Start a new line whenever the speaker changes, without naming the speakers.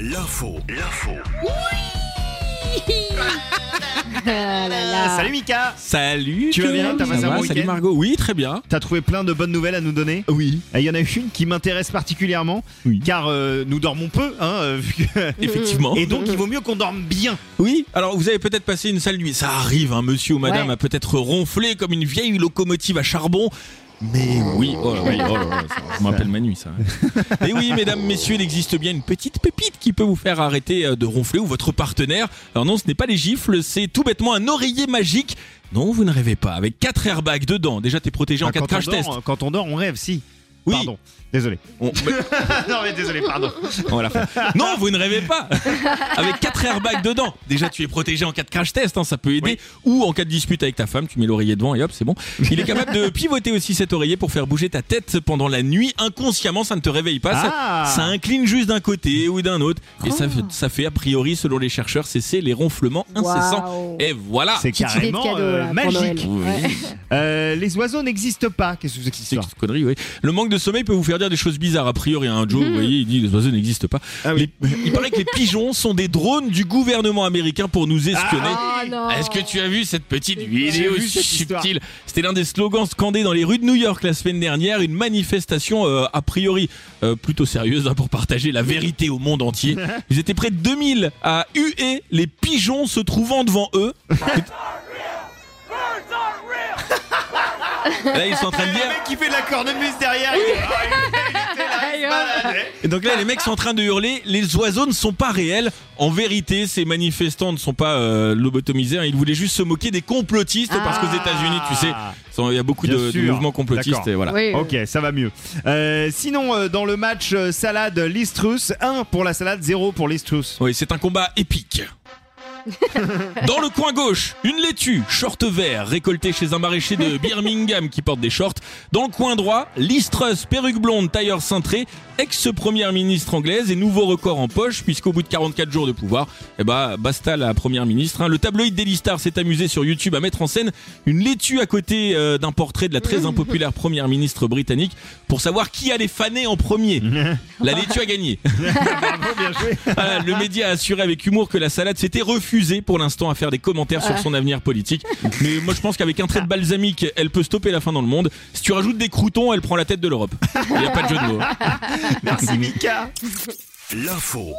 L'info, l'info.
Ah là là.
Salut Mika
Salut
Tu vas bien
Chloé.
T'as passé
Ça
un
va,
bon
Salut
week-end
Margot, oui très bien.
T'as trouvé plein de bonnes nouvelles à nous donner
Oui.
Et Il y en a une qui m'intéresse particulièrement,
Oui. Oh.
car euh, nous dormons peu, hein, euh, vu que-
Effectivement.
et donc il vaut mieux qu'on dorme bien.
Oui. Alors vous avez peut-être passé une sale nuit. Ça arrive, hein, monsieur ou madame
Ouais.
a peut-être ronflé comme une vieille locomotive à charbon. Mais oui, oh là, oui, oh là, là, ça, ça me rappelle ma nuit ça. hein. Et oui, mesdames, messieurs, il existe bien une petite pépite qui peut vous faire arrêter euh, de ronfler ou votre partenaire. Alors non, ce n'est pas les gifles, c'est tout bêtement un oreiller magique. Non, vous ne rêvez pas. Avec quatre airbags dedans, déjà t'es protégé en
Ah,
cas de
quand, on
crash test.
dort, quand on dort, on rêve, si.
Oui.
Pardon, désolé.
On-
non mais désolé, pardon.
On va la refaire. Non, vous ne rêvez pas Avec 4 airbags dedans. Déjà, tu es protégé en cas de crash test, hein, ça peut aider. Ou en cas de dispute avec ta femme, tu mets l'oreiller devant et hop, c'est bon. Il est capable de pivoter aussi cet oreiller pour faire bouger ta tête pendant la nuit. Inconsciemment, ça ne te réveille pas. ça-
Ah.
Ça, incline juste d'un côté ou d'un autre. Et ça, fait- ça fait, a priori, selon les chercheurs, cesser les ronflements incessants.
Waouh.
Et voilà
C'est
Petite idée de
carrément
cadeau,
euh,
là, pour
magique.
Noël. Ouais.
Euh, les oiseaux n'existent pas. Qu'est-ce que c'est que cette
C'est une
histoire
petite connerie, oui. Le manque de sommeil peut vous faire dire des choses bizarres. A priori, un Joe, vous voyez, il dit les oiseaux n'existent pas.
Ah oui.
Les- il paraît que les pigeons sont des drones du gouvernement américain pour nous espionner.
Ah non.
Est-ce que tu as vu cette petite
J'ai
vidéo
vu cette histoire.
subtile C'était l'un des slogans scandés dans les rues de New York la semaine dernière, une manifestation euh, a priori euh, plutôt sérieuse hein, pour partager la vérité au monde entier. Ils étaient près de 2000 à huer les pigeons se trouvant devant eux. Là ils sont en train de
Le
dire
mec qui fait de la cornemuse derrière. il est- hein. Ah, il était là, il se baladait.
Et donc là, les mecs sont en train de hurler. Les oiseaux ne sont pas réels. En vérité, ces manifestants ne sont pas euh, lobotomisés. hein. Ils voulaient juste se moquer des complotistes parce qu'aux États-Unis, tu sais, il y a beaucoup
Ah. Bien
de, de
sûr.
mouvements complotistes.
D'accord.
Et voilà.
Oui.
Ok, ça va mieux. Euh, sinon, euh, dans le match euh, salade Listrus, 1 pour la salade, 0 pour Listrus.
Oui, c'est un combat épique. Dans le coin gauche, une laitue, short vert, récoltée chez un maraîcher de Birmingham qui porte des shorts. Dans le coin droit, Listrus, perruque blonde, tailleur cintré, ex-première ministre anglaise et nouveau record en poche, puisqu'au bout de 44 jours de pouvoir, eh bah, basta la première ministre. hein. Le tabloïd Daily Star s'est amusé sur YouTube à mettre en scène une laitue à côté euh, d'un portrait de la très impopulaire première ministre britannique pour savoir qui allait faner en premier. La laitue a gagné. Voilà, Ah, le média a assuré avec humour que la salade s'était refusée pour l'instant à faire des commentaires sur son avenir politique. Mais moi je pense qu'avec un trait de balsamique, elle peut stopper la fin dans le monde. Si tu rajoutes des croutons, elle prend la tête de l'Europe. Il n'y a pas de jeu de mots.
Merci Mika.
L'info,